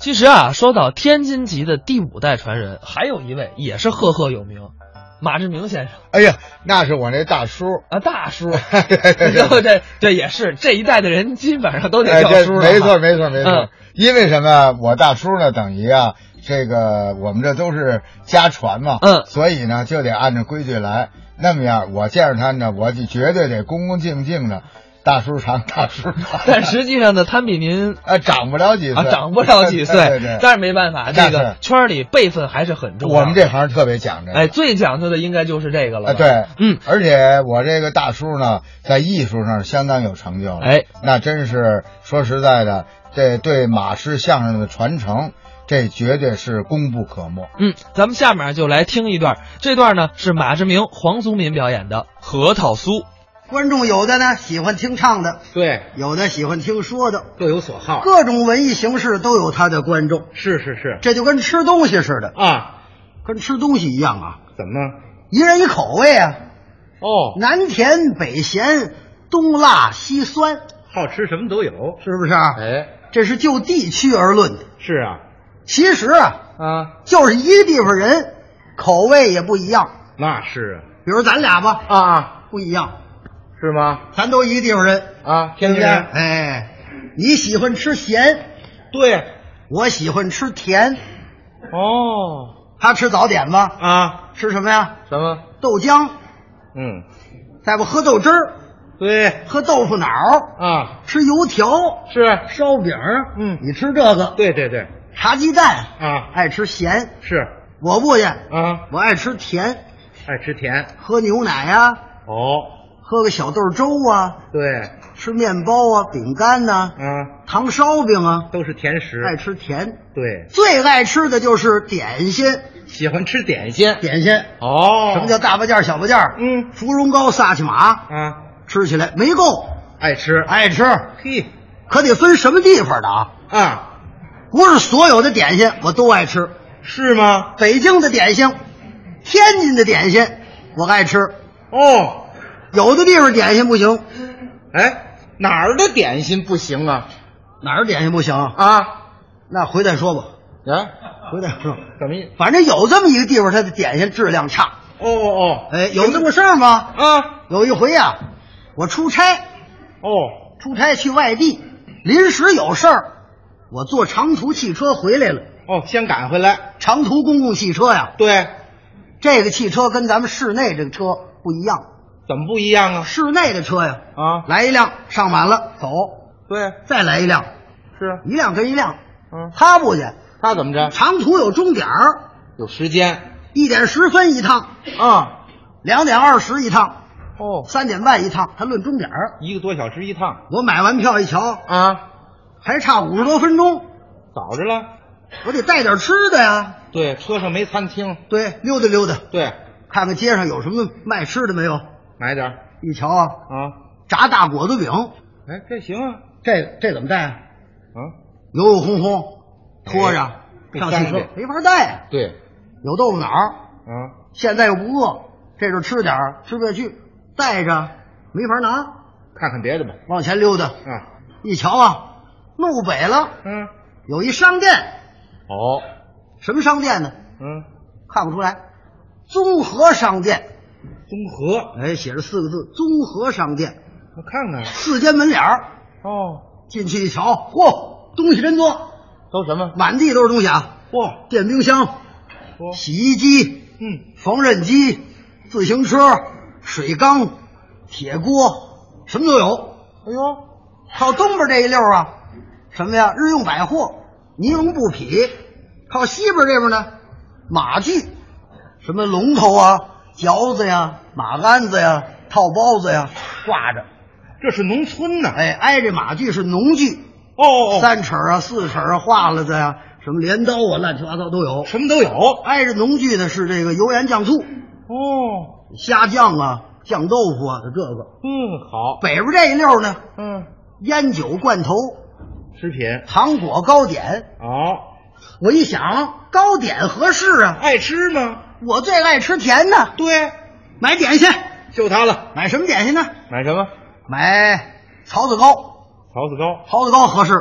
其实啊，说到天津籍的第五代传人，还有一位也是赫赫有名，马志明先生哎呀，那是我那大叔， 哎啊，大 叔。然后这这也是这一代的人基本上都得哎，叫这叔了哈、没错，没错，没错。嗯因为什么呀？我大叔呢，等于啊，这个我们这都是家传嘛，嗯所以呢就得按照规矩来。那么呀，我见着他呢，我就绝对得恭恭敬敬的，大叔长，大叔长。但实际上呢，他比您 啊，长不了几岁，啊长不了几岁， 对对对但是没办法，但这是个圈儿里辈分还是很重要的。我们这行特别讲究。哎，最讲究的应该就是这个了吧。啊，对，嗯，而且我这个大叔呢，在艺术上相当有成就了。哎，那真是说实在的，这对马氏相声的传承，这绝对是功不可没。嗯，咱们下面就来听一段，这段呢是马志明、黄祖民表演的《核桃酥》。观众有的呢喜欢听唱的，对，有的喜欢听说的，各有所好。各种文艺形式都有他的观众，是是是这就跟吃东西似的，啊，跟吃东西一样啊，怎么？一人一口味啊，哦，南甜北咸，东辣西酸，好吃什么都有。是不是啊？哎，这是就地区而论的，是啊，其实啊，啊，就是一个地方人口味也不一样，那是比如咱俩吧，啊啊，不一样，是吗？咱都一个地方人，啊，对不天津对？人，哎，你喜欢吃咸，对，我喜欢吃甜。哦，他吃早点吗？啊，吃什么呀？什么？豆浆，嗯，再不喝豆汁儿，对，喝豆腐脑儿，啊，吃油条、是，烧饼儿。嗯你吃这个，对对对，茶鸡蛋，啊，爱吃咸。是我不去，啊，我爱吃甜，爱吃甜。喝牛奶呀、哦，喝个小豆粥啊，对，吃面包啊，饼干呐、啊，糖烧饼啊，都是甜食。爱吃甜。对，最爱吃的就是点心，喜欢吃点心。点心。哦，什么叫？大八件儿、小八件儿？嗯芙蓉糕、萨其马，啊，吃起来没够，爱吃。爱吃。嘿，可得分什么地方的啊，啊，不是所有的点心我都爱吃。是吗？北京的点心，天津的点心我爱吃，哦，有的地方点心不行，哎，哪儿的点心不行啊？哪儿点心不行啊？啊那回再说吧，啊，回再说。怎么一？反正有这么一个地方，它的点心质量差。哦哦哦，哎，有这么事儿吗？啊，有一回呀、我出差，哦，出差去外地，临时有事儿，我坐长途汽车回来了。哦，先赶回来。长途公共汽车呀，对，这个汽车跟咱们市内这个车不一样。怎么不一样啊？室内的车呀，啊，来一辆上满了走，对，再来一辆，是，啊一辆跟一辆，嗯，他不去，他怎么着？长途有终点儿，有时间一点十分一趟，啊？两点二十一趟，哦，三点半一趟，他论终点儿。一个多小时一趟我买完票一瞧，啊，还差五十多分钟，早着了。我得带点吃的呀。对，车上没餐厅。对，溜达溜达，对，看看街上有什么卖吃的没有。买点儿一瞧啊，啊。炸大果子饼，哎，这行啊。这这怎么带啊？啊，油油烘烘，拖着、哎不上汽方车便没法带啊。对，有豆腐脑儿，啊，现在又不饿，这时候吃点儿吃不下去，带着没法拿，看看别的吧。往前溜达，啊，一瞧啊，路北了嗯，有一商店，哦，什么商店呢？嗯，看不出来，综合商店，综合，哎，写着四个字，综合商店，我看看。四间门脸儿，哦，进去一瞧，嚯，东西真多，都什么？满地都是东西啊，嚯，电冰箱、嚯洗衣机、嗯，缝纫机、自行车、水缸、铁锅，什么都有。哎呦，靠东边这一溜儿啊，什么呀？日用百货、尼龙布匹；靠西边这边呢，马具，什么龙头啊、嚼子呀、马鞍子呀、套包子呀，挂着。这是农村呐！哎，挨着马具是农具，哦哦哦，三尺啊、四尺啊、画了子呀、什么镰刀啊，乱七八糟都有。什么都有。挨着农具的是这个油盐酱醋、哦，虾酱啊、酱豆腐啊，这个。嗯，好，北边这一溜儿呢，嗯，烟酒罐头、食品，糖果、糕点。好，我一想，糕点合适啊，爱吃吗？我最爱吃甜的，对，买点心。就它了。买什么点心呢？买什么？买槽子糕，桃子糕。槽子糕合适。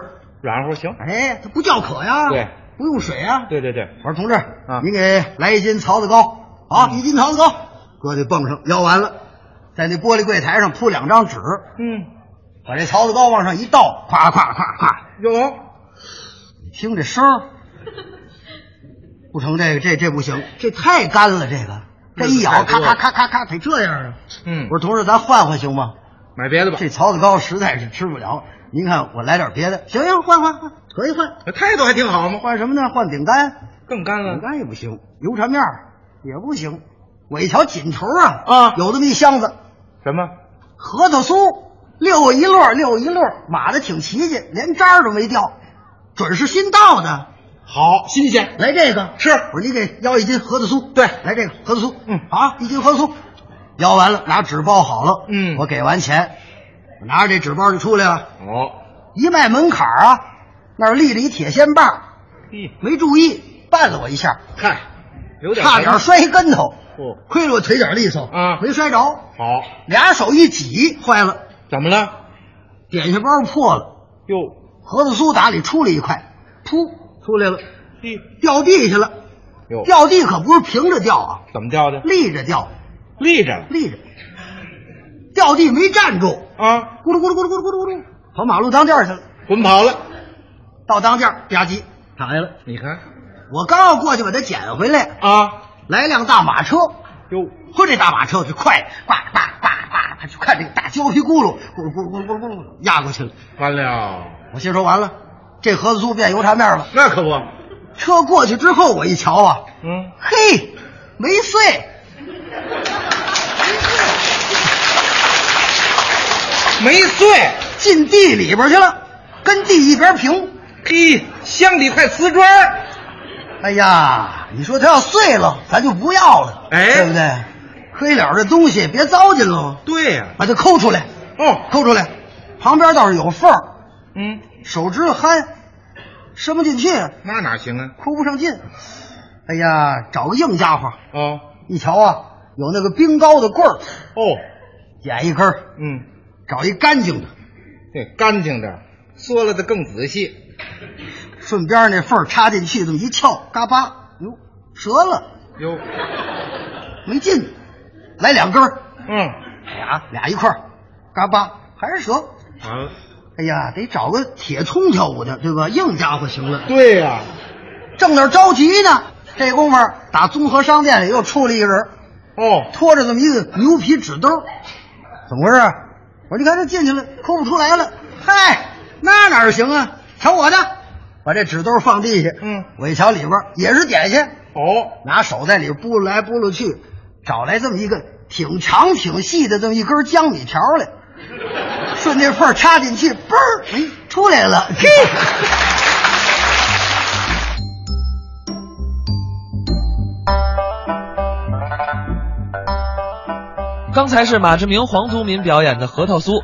软乎行。哎，它不叫渴呀，对，不用水呀。对对对，我说同志，啊嗯您给来一斤槽子糕啊，一斤槽子糕，搁那泵上要完了，在那玻璃柜台上铺两张纸，嗯，把这槽子糕往上一倒，咵咵咵咵，有，你听这声 儿，不成这个这这不行，这太干了，这个这一咬，太咔多咔了咔咔咔，得这样啊。嗯，我说同志，咱换换行吗？买别的吧，这槽子糕实在是吃不了，您看我来点别的，行行，换换换，可以换，态度还挺好嘛，换什么呢？换饼嗯干，更干饼了。干也不行，油炸面儿也不行。我一瞧紧头啊啊有这么一箱子什么？核桃酥，溜一摞儿溜一摞儿，码的挺齐齐，连渣儿都没掉，准是新到的。好，新鲜。来这个是我说你给要一斤核桃酥，对，来这个核桃酥，嗯啊，一斤核桃酥，要完了拿纸包好了，嗯我给完钱，我拿着这纸包就出来了，哦，一迈门槛儿啊，那儿立着一铁锨把儿，咦，没注意绊了我一下，嗨，有点差点摔一跟头，哦亏了我腿脚利索啊没摔着，好，俩手一挤坏了，怎么了？点心包破了，哟，核桃酥打里出了一块，噗出来了，咦，掉地下了，哟，掉地可不是平着掉啊，怎么掉的？立着掉。立着了立着，掉地没站住，啊，咕噜咕噜咕噜咕噜咕噜咕噜，跑马路当间儿去了。滚跑了。到当间儿吧唧躺下了。你看我刚要过去把它捡回来，啊，来辆大马车，哟，嚯，这大马车就快，呱呱呱呱，就看这个大胶皮轱辘，咕噜咕噜咕噜咕噜咕噜压过去了。完了，我心说完了，这盒子酥变油炸面了。那可不，车过去之后，我一瞧啊，嗯，嘿，没碎，没碎，进地里边去了，跟地一边平。嘿，箱底块瓷砖，哎呀，你说它要碎了，咱就不要了，哎对不对？亏了这东西别糟践喽，对呀、把它抠出来，哦，抠出来，旁边倒是有缝儿，嗯，手指头憨，伸不进去，那哪行啊？抠不上劲。哎呀，找个硬家伙，哦，一瞧啊，有那个冰糕的棍儿，哦，捡一根儿，嗯，找一干净的，对，干净点儿，缩了的更仔细，顺边那缝儿插进去，这么一撬，嘎巴，哟，折了，哟，没劲，来两根儿，嗯，俩哎俩一块儿，嘎巴，还是折。完了，哎呀，得找个铁葱跳舞的，对吧？硬家伙行了。对呀、正那儿着急呢，这功夫儿打综合商店里又出了一个人，哦，拖着这么一个牛皮纸兜儿，怎么回事啊？我说你看这进去了，抠不出来了。嗨，那哪儿行啊？瞧我的，把这纸兜儿放地下。嗯我一瞧里边儿也是点心，哦，拿手在里边拨来拨噜去，找来这么一个挺长挺细的这么一根江米条来，顺那缝儿插进去，嘣儿，哎，出来了。嘿，刚才是马志明、黄宗民表演的核桃酥，